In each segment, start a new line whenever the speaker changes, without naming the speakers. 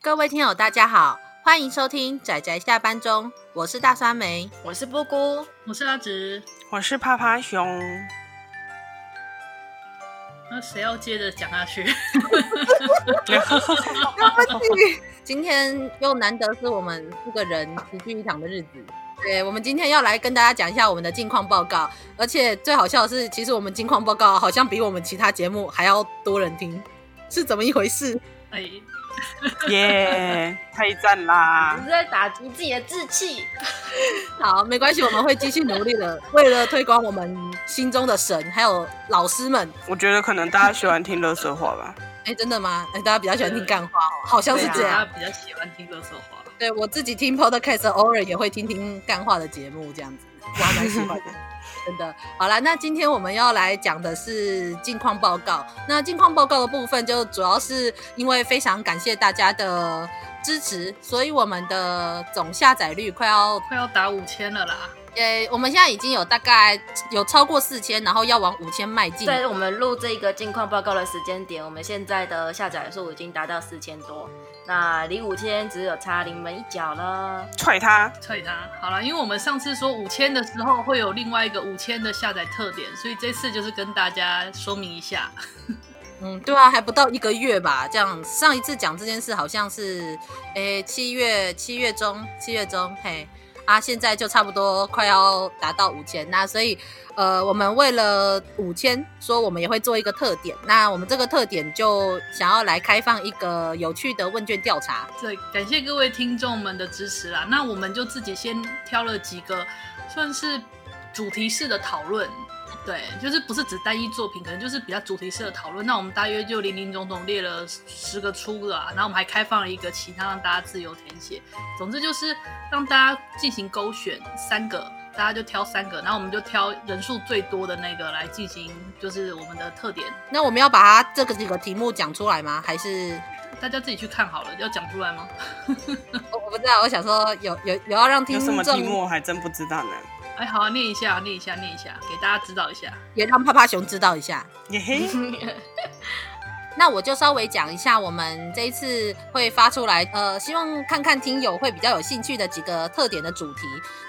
各位听友，大家好，欢迎收听仔仔下班中，我是大酸梅。
我是布姑，
我是阿直，
我是趴趴熊，
那谁要接着讲下去？
今天又难得是我们四个人齐聚一堂的日子。对，我们今天要来跟大家讲一下我们的近况报告，而且最好笑的是，其实我们近况报告好像比我们其他节目还要多人听，是怎么一回事？
哎、
耶，太赞啦
你！是在打击自己的志气。
好，没关系，我们会继续努力 的，为了推广我们心中的神，还有老师们。
我觉得可能大家喜欢听乐色话吧。
哎，真的吗？哎，大家比较喜欢听干话哦，好像是
对
这
啊
样。
大家比较喜欢听乐色话。
对我自己听 podcast，偶尔也会听听干话的节目，这样子，我还蛮喜 欢的，真的。好啦，那今天我们要来讲的是近况报告。那近况报告的部分，就主要是因为非常感谢大家的支持，所以我们的总下载率快要，
快要打五千了啦，
呃，我们现在已经有大概有超过四千，然后要往五千迈进。
在我们录这个近况报告的时间点，我们现在的下载数已经达到四千多，那离五千只有差临门一脚了。
踹他！
踹他！好了，因为我们上次说五千的时候会有另外一个五千的下载特点，所以这次就是跟大家说明一下。
嗯，对啊，还不到一个月吧。这样上一次讲这件事好像是，诶，七月七月中，七月中，嘿，啊，现在就差不多快要达到五千。那所以，呃，我们为了五千，说我们也会做一个特点。那我们这个特点就想要来开放一个有趣的问卷调查。
对，感谢各位听众们的支持啦。那我们就自己先挑了几个算是主题式的讨论，对，就是不是只单一作品，可能就是比较主题式的讨论。那我们大约就零零总总列了十个出了啊，然后我们还开放了一个其他让大家自由填写。总之就是让大家进行勾选三个，大家就挑三个，然后我们就挑人数最多的那个来进行，就是我们的特点。
那我们要把它这个几个题目讲出来吗？还是
大家自己去看好了，要讲出来吗？
我我不知道，我想说有有有要让听
有什么题
众
目啊我还真不知道呢。
哎，好啊，念一下，念一下，念一下，给大家指导一下。
也让趴趴熊知道一下。
耶嘿，
那我就稍微讲一下我们这一次会发出来，呃，希望看看听友会比较有兴趣的几个特点的主题。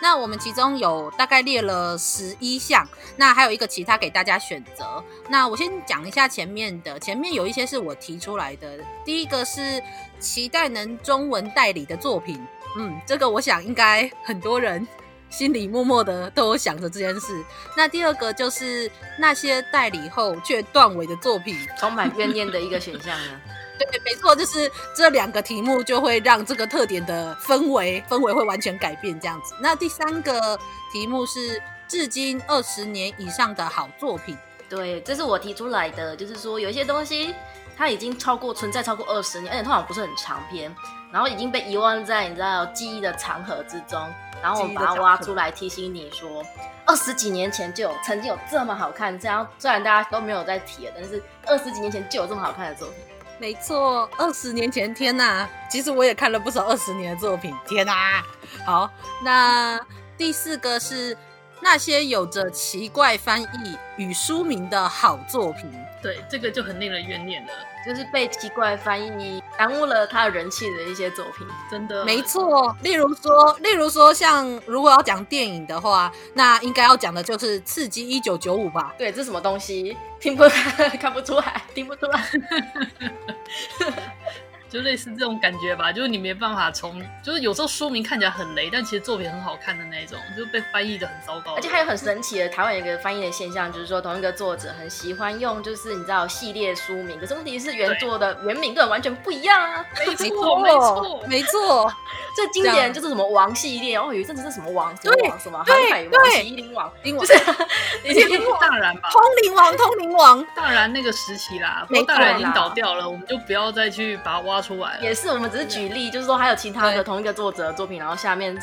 那我们其中有大概列了十一项，那还有一个其他给大家选择。那我先讲一下前面的，前面有一些是我提出来的。第一个是期待能中文代理的作品，嗯，这个我想应该很多人。心里默默的都有想着这件事。那第二个就是那些代理后却断尾的作品，
充满怨念的一个选项呢。
对，没错，就是这两个题目就会让这个特点的氛围氛围会完全改变这样子。那第三个题目是至今二十年以上的好作品，
对，这是我提出来的，就是说有一些东西它已经超过存在超过二十年，而且通常不是很长篇，然后已经被遗忘在你知道记忆的长河之中，然后我们把它挖出来提醒你说，二十几年前就有曾经有这么好看，这样虽然大家都没有在提了，但是二十几年前就有这么好看的作品，
没错，二十年前，天呐！其实我也看了不少二十年的作品，天呐！好，那第四个是那些有着奇怪翻译与书名的好作品。
对，这个就很令人怨念了，
就是被奇怪翻译耽误了他人气的一些作品。
真的。
没错，例如说，例如说，像如果要讲电影的话，那应该要讲的就是《刺激一九九五》吧。
对，这是什么东西？听不 看不出来，听不出来。
就类似这种感觉吧，就是你没办法从，就是有时候书名看起来很雷，但其实作品很好看的那一种，就被翻译的很糟糕。
而且还有很神奇的，台湾有一个翻译的现象，就是说同一个作者很喜欢用，就是你知道系列书名，可是问题是原作的原名跟完全不一样啊。
没
没
错，没
错
错，，
没错，
最经典的就是什么王系列，哦，有一阵子是什么王，什么
对
王，什么
对
航海王、
对
麒 麟王，
英
就
文
是已经
当然吧，
通灵王，通灵王，
当然那个时期啦，不
没
过
错
当然已经倒掉了，我们就不要再去把它挖出来了。
也是我们只是举例，就是说还有其他
对
的同一个作者的作品，然后下面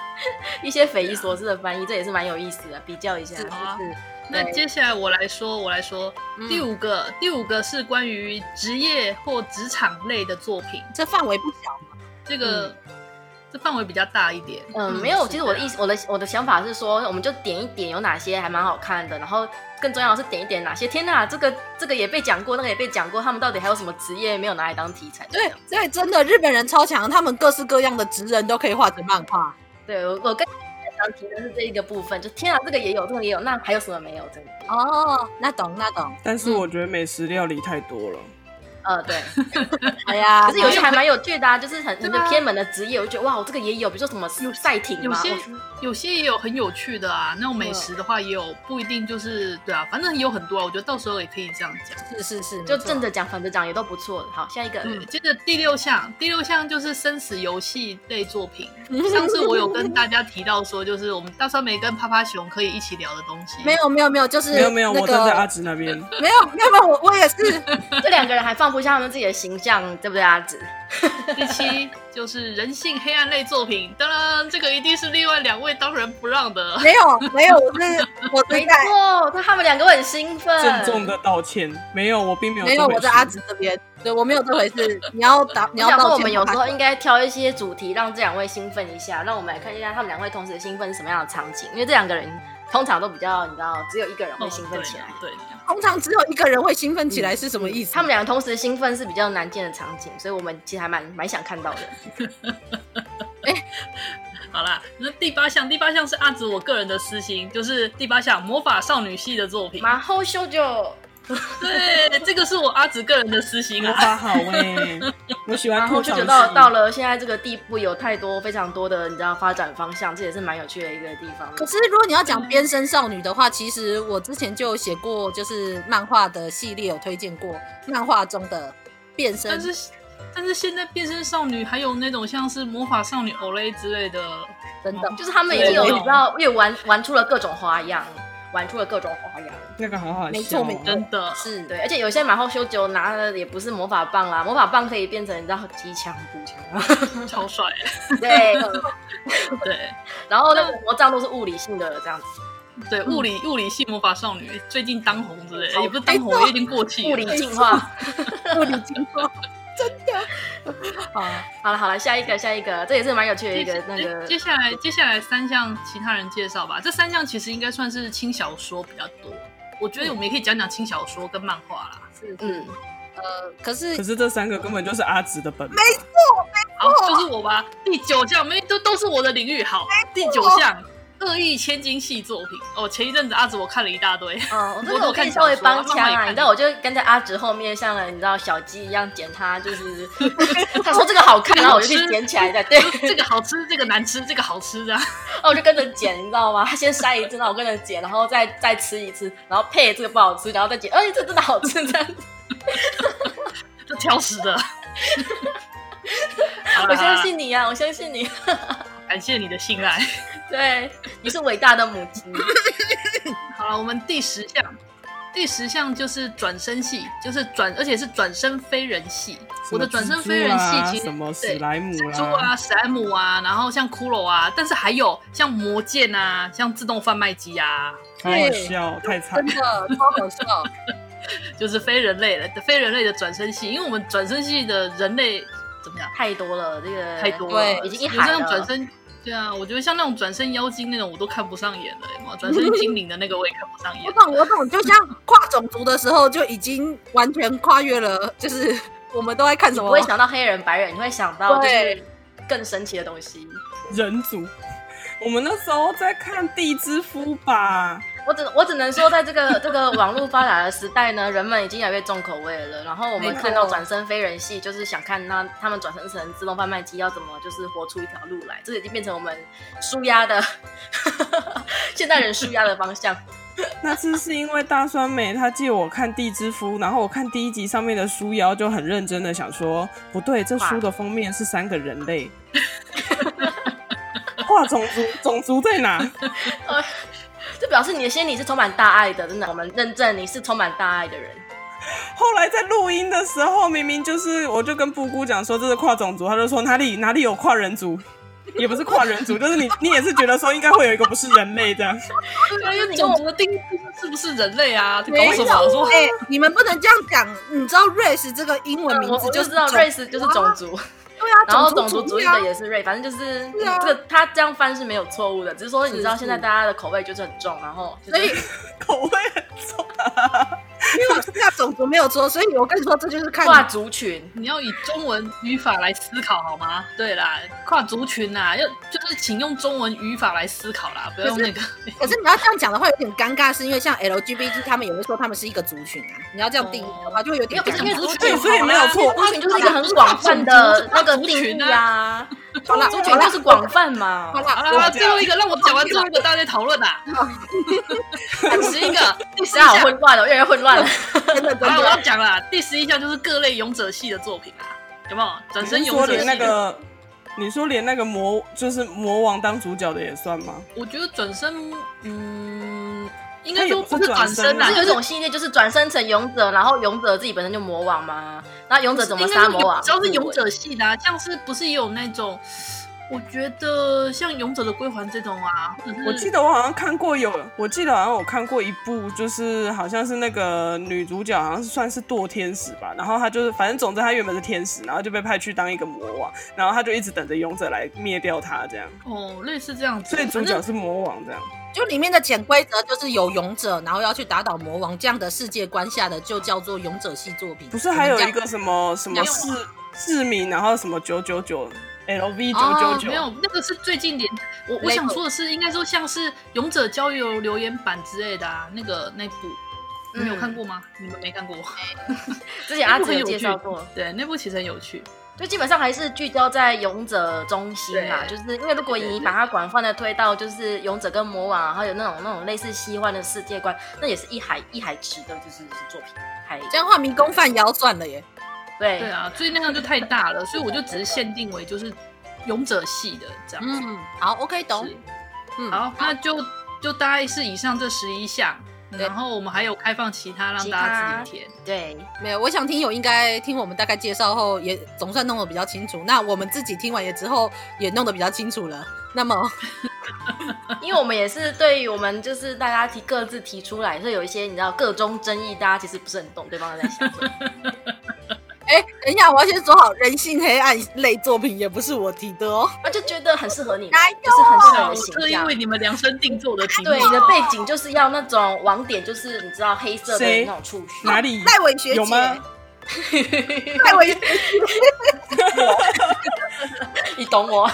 一些匪夷所思的翻译，这也是蛮有意思的，比较一下。嗯
是
好啊
是
那
对
接下来我来说，我来说
嗯
第五个，第五个是关于职业或职场类的作品，
这范围不小嘛。
这个这范围比较大一点。
嗯，没有，其实我的意
思，
思，我的我的想法是说，我们就点一点有哪些还蛮好看的，然后更重要的是点一点哪些，天哪，这个这个也被讲过，那个也被讲过，他们到底还有什么职业没有拿来当题材？
对，所以真的日本人超强，他们各式各样的职人都可以画成漫画。
对，我我更想提的是这一个部分，就天啊，这个也有，这个也有，那还有什么没有？真的，
哦，那懂那懂，
但是我觉得美食料理太多了，
呃，对，
哎呀，
可是有些还蛮有趣的啊，就是很你
对
的
啊
偏门的职业，我就觉得哇，这个也有，比如说什么赛艇
有
嘛，
些
我觉得
有些也有很有趣的啊，那种美食的话也有不一定就是对啊，反正有很多啊，我觉得到时候也可以这样讲。
是是是，
就
没错
正着讲反着讲也都不错。好，下一个，
对，嗯接着第六项，第六项就是生死游戏类作品。上次我有跟大家提到说，就是我们大酸梅跟趴趴熊可以一起聊的东西。
没有没有没有，就是
没有没有，
那
我啊
个
站在阿直那边，
没有没有没有，我我也是，
这两个人还放不下他们自己的形象，对不对，阿紫？
第七就是人性黑暗类作品，当然这个一定是另外两位当仁不让的。哦
没有没有，我是我是
没
在
错，那他们两个很兴奋，
郑重的道歉，没有，我并没有
没
这
有
回事，
我在阿紫这边，对我没有这回事，你要打你要
我想说，
道
我
歉。
们有时候
我
应该挑一些主题，让这两位兴奋一下，让我们来看一下他们两位同时兴奋是什么样的场景。因为这两个人通常都比较，你知道，只有一个
哦
人会兴奋起来。
对啊，
通常只有一个人会兴奋起来是什么意思？
嗯他们两个同时兴奋是比较难见的场景，所以我们其实还蛮蛮想看到的。
对啊好啦，那第八项，第八项是阿紫我个人的私心，就是第八项魔法少女系的作品。
马后秀就
对，这个是我阿紫个人的私心
魔
啊。
法好哎，我喜欢
马
裤
后
长
秀就
系
到到了现在这个地步，有太多非常多的你知道发展方向，这也是蛮有趣的一个地方。
可是如果你要
嗯
讲边身少女的话，其实我之前就有写过，就是漫画的系列有推荐过漫画中的变身
但，是但是现在变身少女还有那种像是魔法少女 Olay 之类
哦
的，
真的
就是他们已经有
对
你知道，越玩玩出了各种花样，玩出了各种花样。
那个好好笑哦，
没错没错
真的
是
对，而且有些马后修九拿的也不是魔法棒啊啦，魔法棒可以变成你知道机枪步 枪，
超帅。
对，
对
然后那个魔杖都是物理性的这样子，
对，
嗯
物理物理系魔法少女最近当红之类的，
好
也不是当红，也已经过气了。
哦哎物理进化。
物理进化，真的啊，
好了好了，下一个下一个，这也是蛮有趣的一个那
接
个
接下来接下来三项其他人介绍吧。这三项其实应该算是轻小说比较多，我觉得我们也可以讲讲轻小说跟漫画啦。
是
嗯，
呃，可是
可是这三个根本就是阿直的本，
好，就是我吧。第九项，没都都是我的领域。好，第九项。恶意千金系作品哦，前一阵子阿紫我看了一大堆，
哦，我这
我
个
都
我可以
看
稍微
小说
帮
慢慢
腔
也
啊，
看
你知道，我就跟在阿直后面，像你知道小鸡一样捡他，就是 他说这个好看，然后我就去捡起来的，对，
这个好吃，这个难吃，这个好吃的。
然哦后我就跟着捡，你知道吗？他先筛一次，然后我跟着捡，然后再再吃一次，然后配这个不好吃，然后再捡，哎，这真的好吃，这样子。
就挑食的。 好
我
啦好
相
啦
信你啊，我相信你。
感谢你的信赖。
对，你是伟大的母鸡。
好了，我们第十项，第十项就是转身戏，就是转，而且是转身非人戏。我的转身非人戏其实
什么
对
史莱姆
蜘蛛
啦，
啊、史莱姆啊，然后像骷髅啊，但是还有像魔剑啊、像自动贩卖机啊，
好好笑，太惨
真。的超搞笑，
就是非人类的非人类的转身戏。因为我们转身戏的人类怎么讲
太多了，这个
太多了
对，
呃已经一
我
海
这样
了。
转身，对啊，我觉得像那种转身妖精那种，我都看不上眼了，有没有转身精灵的那个我也看不 上眼
我。懂我懂，就像跨种族的时候就已经完全跨越了，就是我们都在看
你
什
不
么
会想到黑人、白人，你会想到就是
对
更神奇的东西。
人族。我们那时候在看《地之夫》吧，
我只我只能说，在这个这个网络发达的时代呢，人们已经越来越重口味了。然后我们
没错
看到转身非人系，就是想看那他们转身成自动贩卖机要怎么就是活出一条路来，这已经变成我们舒压的 现代人舒压的方向。
那次是因为大酸梅她借我看《地之夫》，然后我看第一集上面的书腰就很认真的想说，不对，这书的封面是三个人类， 跨种族，种族在哪？
这表示你的心里是充满大爱的，真的，我们认证你是充满大爱的人。
后来在录音的时候，明明就是我就跟布姑讲说这是跨种族，他就说哪里哪里有跨人族，也不是跨人族，就是你你也是觉得说应该会有一个不是人类这样，
对啊，因为
你跟
种
我哎
族的定义就是是不是人类啊？搞
没
什么？我
有
说
哎、你们不能这样讲，你知道 race 这个英文
我
名字
呃嗯我就
就是
知道
种
race 就是种族，
对啊，
然后
种
种
族
族
主
主
义
义
啊
的，也是 rape，反正就是
是啊
这个他这样翻是没有错误的，只是说你
是
知道现在
是
大家的口味就是很重，然后就
所
是
以
口味很重。
因为我知道种族没有错，所以我跟你说，这就是看
跨族群，
你要以中文语法来思考好吗？对啦，跨族群呐、要就是请用中文语法来思考啦，不要用那个。
可是你要这样讲的话，有点尴尬，是因为像 LGBT 他们也会说他们是一个族群啊，你要这样定义的话，就会 有点
没
啊
尴
有
尬。
不是
对，哎所以没有错。
族群
啊
就是一个很广泛的那个定义啊，
好啦
族群就是广泛嘛
啊好。
好
啦，
啦，最后一个让我讲完最后一个，大家再讨论 啦。第十一个，第十一
现在好
项，
混乱哦，越来越混乱 了。
真 的真
好啦，我
的
啊
要讲啦。第十一项就是各类勇者系的作品啊，有没有？转身
你是
勇
说
者
连
系
那
的，
个，你说连那个魔，就是魔王当主角的也算吗？
我觉得转身，嗯，应
他
该
也
说
不
不
是
是
转
转
身
身
啊
啦
是，有一种系列，就是转身成勇者，然后勇者自己本身就魔王嘛，然后勇者怎么
应该
杀
说
魔
有
王？
只要是勇者系的、啊，像是不是也有那种？我觉得像勇者的归还这种啊，或者是
我记得我好像看过有，我记得好像我看过一部，就是好像是那个女主角好像是算是堕天使吧，然后她就是反正总之她原本是天使，然后就被派去当一个魔王，然后她就一直等着勇者来灭掉她这样，
哦，类似这样子。
所以主
反
角
正
是魔王这样。
就里面的潜规则就是有勇者，然后要去打倒魔王这样的世界观下的，就叫做勇者系作品。
不是还有一
我们这
个
样
什么什么市市民，然后什么九九九 LV
哦
九九
没
九，
有，那个是最近连我我
Lego
想说的是，应该说像是《勇者交流留言板》之类的啊，那个那部你们有
嗯
看过吗？你们没看过，
之前阿紫
很
有介
趣
绍过，。
对，那部其实很有趣。
就基本上还是聚焦在勇者中心啦，就
对
是因为如果
对
你
对对
把它广泛的推到就是勇者跟魔王，还有那种那种类似西幻的世界观，那也是一海一海之的，就是作品。海
这样的话，迷宫饭也要算了耶。
对
对啊，所以那样就太大了，所以我就只是限定为就是勇者系的这样子。
嗯，好，OK，懂
是。
嗯，
好，那就就大概是以上这十一项，
对
然后我们还有开放其他让
其
大家
他
自己填。
对，
没有，我想听友应该听我们大概介绍后，也总算弄得比较清楚。那我们自己听完也之后也弄得比较清楚了。那么，
因为我们也是对于我们就是大家提各自提出来，所以有一些你知道各中争议，大家其实不是很懂对方在想什么。
哎，等一下，我要先说好，人性黑暗类作品也不是我提的哦。
我就觉得很适合你，
哪有
就是很适合你
我
的
特
形
意
象
为。你们量身定做的题目。
对，你的背景就是要那种网点，就是你知道黑色的
谁
那种触须。
哪里
赖伟学姐
有吗？
赖伟
你懂我？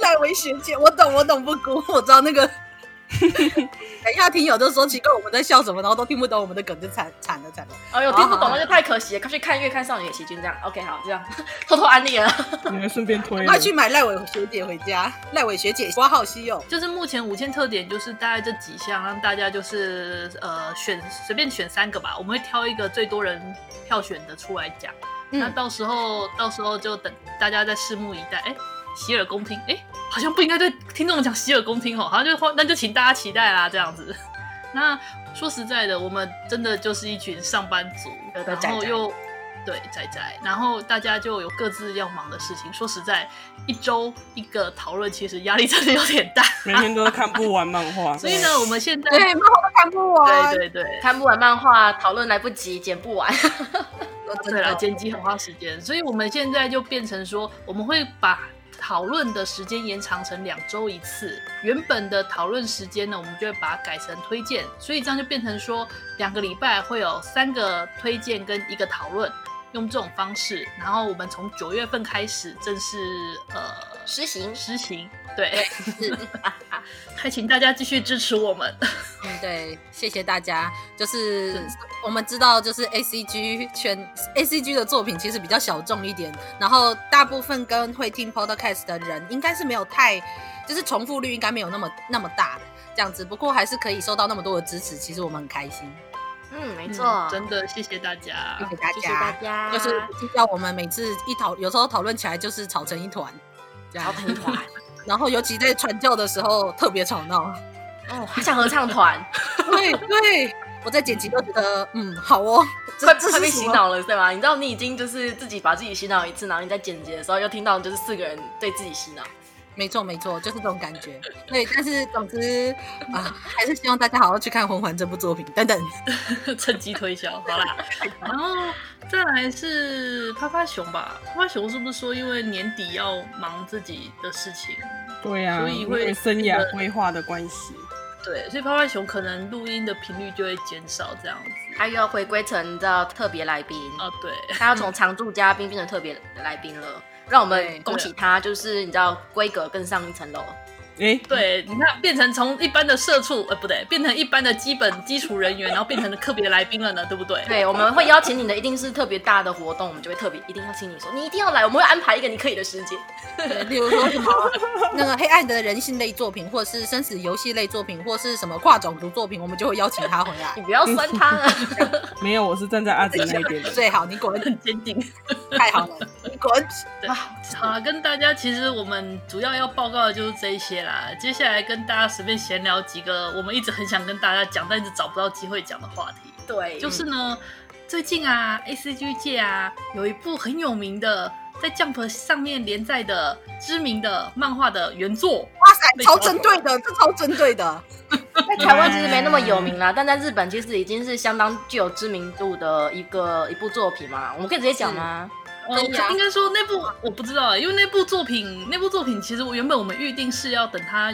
赖伟学姐，我懂，我懂不哭，我知道那个。等一下，听友就说奇怪，我们在笑什么，然后都听不懂我们的梗，就惨惨了惨了。
哎呦，听不
好好
懂那就太可惜了，快去看《月刊少女的奇君》这样。OK，好，这样 偷偷安利了。
你们顺便推了
快去买赖伟学姐回家，赖伟学姐挂号西柚。
就是目前五件特点就是大概这几项，让大家就是呃选随便选三个吧，我们会挑一个最多人票选的出来讲。那
嗯，
到时候到时候就等大家再拭目以待。哎，洗耳恭听。哎，好像不应该对听众们讲洗耳恭听哦，好像就那就请大家期待啦，这样子。 那说实在的，我们真的就是一群上班族，
有的
然
宅
后
宅
又对仔仔，然后大家就有各自要忙的事情。说实在，一周一个讨论，其实压力真的有点大。
每天都看不完漫 画，
所以呢，我们现在
对，漫画都看不完。
对对对，
看不完漫画，讨论来不及，剪不完。
真
对了，
的，
剪辑很花时间，所以我们现在就变成说，我们会把讨论的时间延长成两周一次。原本的讨论时间呢，我们就会把它改成推荐，所以这样就变成说，两个礼拜会有三个推荐跟一个讨论，用这种方式。然后我们从九月份开始正式呃
实行
施行，对，
是
还请大家继续支持我们。
嗯，对，谢谢大家。就是
是
我们知道，就是 A C G 圈 A C G 的作品其实比较小众一点，然后大部分跟会听 podcast 的人应该是没有太，就是重复率应该没有那么那么大这样子。不过还是可以收到那么多的支持，其实我们很开心，
嗯，没
嗯
错，
真的谢谢大家
谢。谢大
谢谢大
家。
家，
就是叫我们每次一讨，有时候讨论起来就是吵成一团，这样
好成团。
然后尤其在传教的时候特别吵 闹。
哦，好想合唱团，
对对，我在剪辑都觉得，嗯，好哦，这
快
这
快
是
被
什
洗
么
脑了，对吧？你知道你已经就是自己把自己洗脑一次，然后你在剪辑的时候又听到就是四个人对自己洗脑，
没错没错，就是这种感 觉。对，但是总之啊、还是希望大家好好去看《魂环》这部作品。等 等，
趁机推销，好啦。然后再来是趴趴熊吧，趴趴熊是不是说因为年底要忙自己的事情，
对呀、
所以
因
会
为生涯规划的关系，
对，所以趴趴熊可能录音的频率就会减少这样子。
他又要回归成你知道特别来宾，
哦，对，
他要从常驻嘉宾变成特别来宾了。让我
对
们恭喜他，就是你知道规格更上一层楼。
哎、
对，你看变成从一般的社畜，呃，不对，变成一般的基本基础人员，然后变成了特别来宾了呢，对不对？
对，我们会邀请你的，一定是特别大的活动，我们就会特别一定要请你说，你一定要来，我们会安排一个你可以的时间。
对例如说什么那个黑暗的人性类作品，或者是生死游戏类作品，或是什么跨种族作品，我们就会邀请他回来
你。不要酸他啊！
没有，我是站在阿紫那一边的。
最好你 滚，
很坚定。
太好了，你滚。
啊
好了，跟大家其实我们主要要报告的就是这一些啦。接下来跟大家随便闲聊几个我们一直很想跟大家讲，但一直找不到机会讲的话题，
对，
就是呢，最近啊，A C G 界啊，有一部很有名的，在 Jump 上面连载的知名的漫画的原作，
哇塞，超针对的，这超针对的。
在台湾其实没那么有名啦，但在日本其实已经是相当具有知名度的一个一部作品嘛。我们可以直接讲吗？
呃，
对
啊
呀
应该说那部我不知道，啊因为那部作品，那部作品其实我原本我们预定是要等它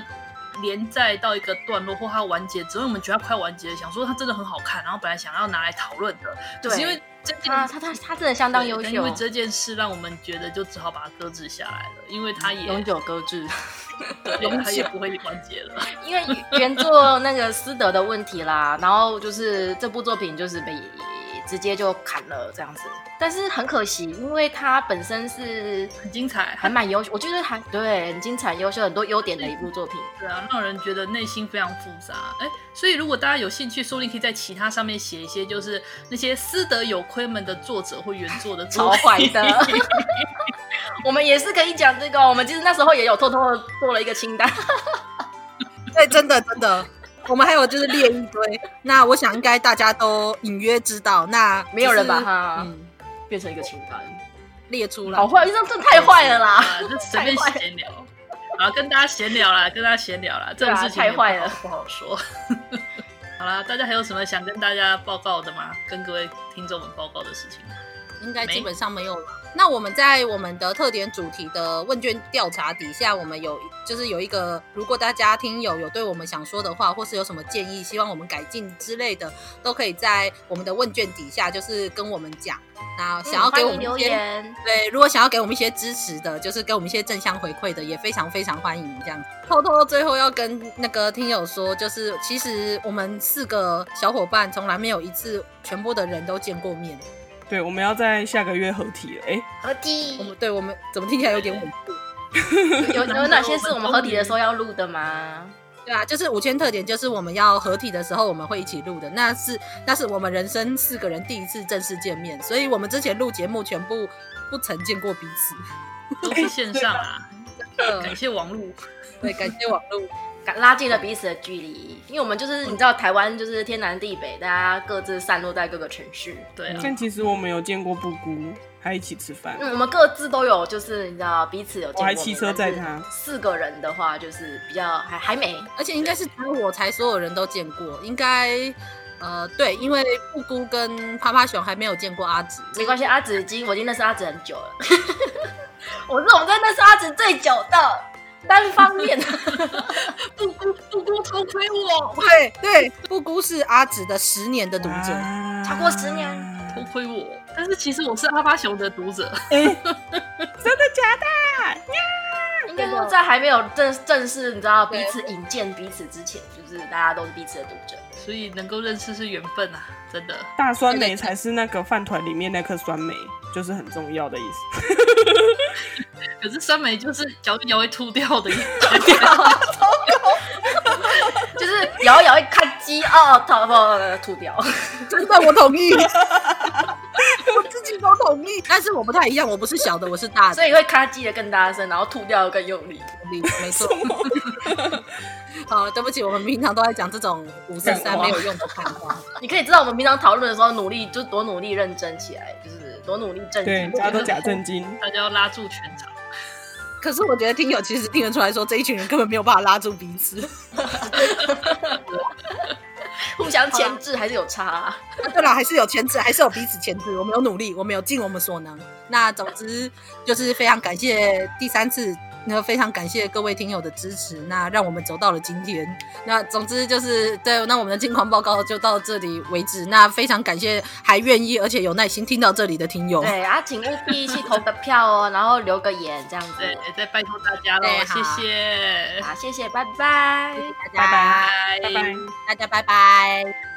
连载到一个段落或它完结，只因为我们觉得它快完结了，想说它真的很好看，然后本来想要拿来讨论的，只是因为这件
啊，他他他真的相当优
对因为
秀，
这件事让我们觉得就只好把它搁置下来了，因为它也
永久搁置。
对它也不会完结了。
因为原作那个师德的问题啦，然后就是这部作品就是被直接就砍了这样子，但是很可惜，因为它本身是
很精 彩，
还
还
蛮优秀，我觉得还对很精彩、优秀、很多优点的一部作品。
嗯
对啊，让人觉得内心非常复杂。哎，所以如果大家有兴趣，说不定可以在其他上面写一些，就是那些私德有亏们的作者或原作的
超
作品。
坏 的，我们也是可以讲这个。我们其实那时候也有偷偷的做了一个清单，
对，真的真的。我们还有就是列一堆，那我想应该大家都隐约知道，那
没有人
就是
把它
嗯
变成一个清单，
列出来
好。坏，这样真的太坏了啦！
啊，就随便闲聊。啊，跟大家闲聊啦，跟大家闲聊啦，这种
对啊
事情
太
也不好
坏了
不好说。 好啦，大家还有什么想跟大家报告的吗？跟各位听众们报告的事情？
应该基本上没有了。那我们在我们的特点主题的问卷调查底下，我们有就是有一个，如果大家听友有对我们想说的话，或是有什么建议，希望我们改进之类的，都可以在我们的问卷底下，就是跟我们讲。那想要给我
嗯
们
欢迎留
一些、
言，
对，如果想要给我们一些支持的，就是给我们一些正向回馈的，也非常非常欢迎这样。偷偷最后要跟那个听友说，就是其实我们四个小伙伴从来没有一次全部的人都见过面。
对，我们要在下个月合体了。哎、
合
我
体
们对我们怎么听起来有点稳固？
有有哪些是我们合体的时候要录的吗？
对啊，就是五千特点，就是我们要合体的时候我们会一起录的，那是那是我们人生四个人第一次正式见面，所以我们之前录节目全部不曾见过彼此。
都是线上 啊，感
呃，
谢网络。
对，感谢网络。
感拉近了彼此的距离，因为我们就是你知道台湾就是天南地北，大家各自散落在各个城市。
对啊，
嗯
但其实我们有见过布姑，还一起吃饭。
嗯，我们各自都有，就是你知道彼此有见过
我还
面。
骑车载他
但是四个人的话，就是比较还还没
而且应该是只有我才所有人都见过，应该呃对，因为布姑跟趴趴熊还没有见过阿紫，
没关系。阿紫已经我已经认识阿紫很久了， 我是我们在认识阿紫最久的，单方面的。
不姑不姑偷窥我，
对对，布姑是阿紫的十年的读者，
啊
超过十年
偷窥我。但是其实我是阿巴熊的读者，
真的假的？
应该说在还没有正正式你知道彼此引荐彼此之前，就是大家都是彼此的读者。
所以能够认识是缘分啊，真的。
大酸梅才是那个饭团里面那颗酸梅，就是很重要的意思。
可是酸梅就是嚼一嚼会吐掉的，
就是摇一摇一看鸡哦，吐吐吐掉。
真的我同意，我自己都同意，但是我不太一样，我不是小的，我是大的。
所以会咔叽的更大声，然后吐掉得更用力。
没错。 好，对不起，我们平常都在讲这种五四三没有用的看话。
你可以知道我们平常讨论的时候，努力就多努力认真起来，就是多努力正
对，
经。
大家都假正经。
大家要拉住全场。
可是我觉得听友其实听得出来说，这一群人根本没有办法拉住彼此。
互相牵制还是有差、啊。
对了，还是有牵制，还是有彼此牵制。我们有努力，我们有尽我们所能。那总之就是非常感谢第三次，那非常感谢各位听友的支持，那让我们走到了今天。那总之就是对，那我们的近况报告就到这里为止。那非常感谢还愿意而且有耐心听到这里的听友。
对啊， 请务必去投个票哦，然后留个言这样子。
对，再拜托大家喽
对，好
谢谢，
好，谢谢，拜拜。
大
拜
家，
拜
拜拜。
大家拜拜。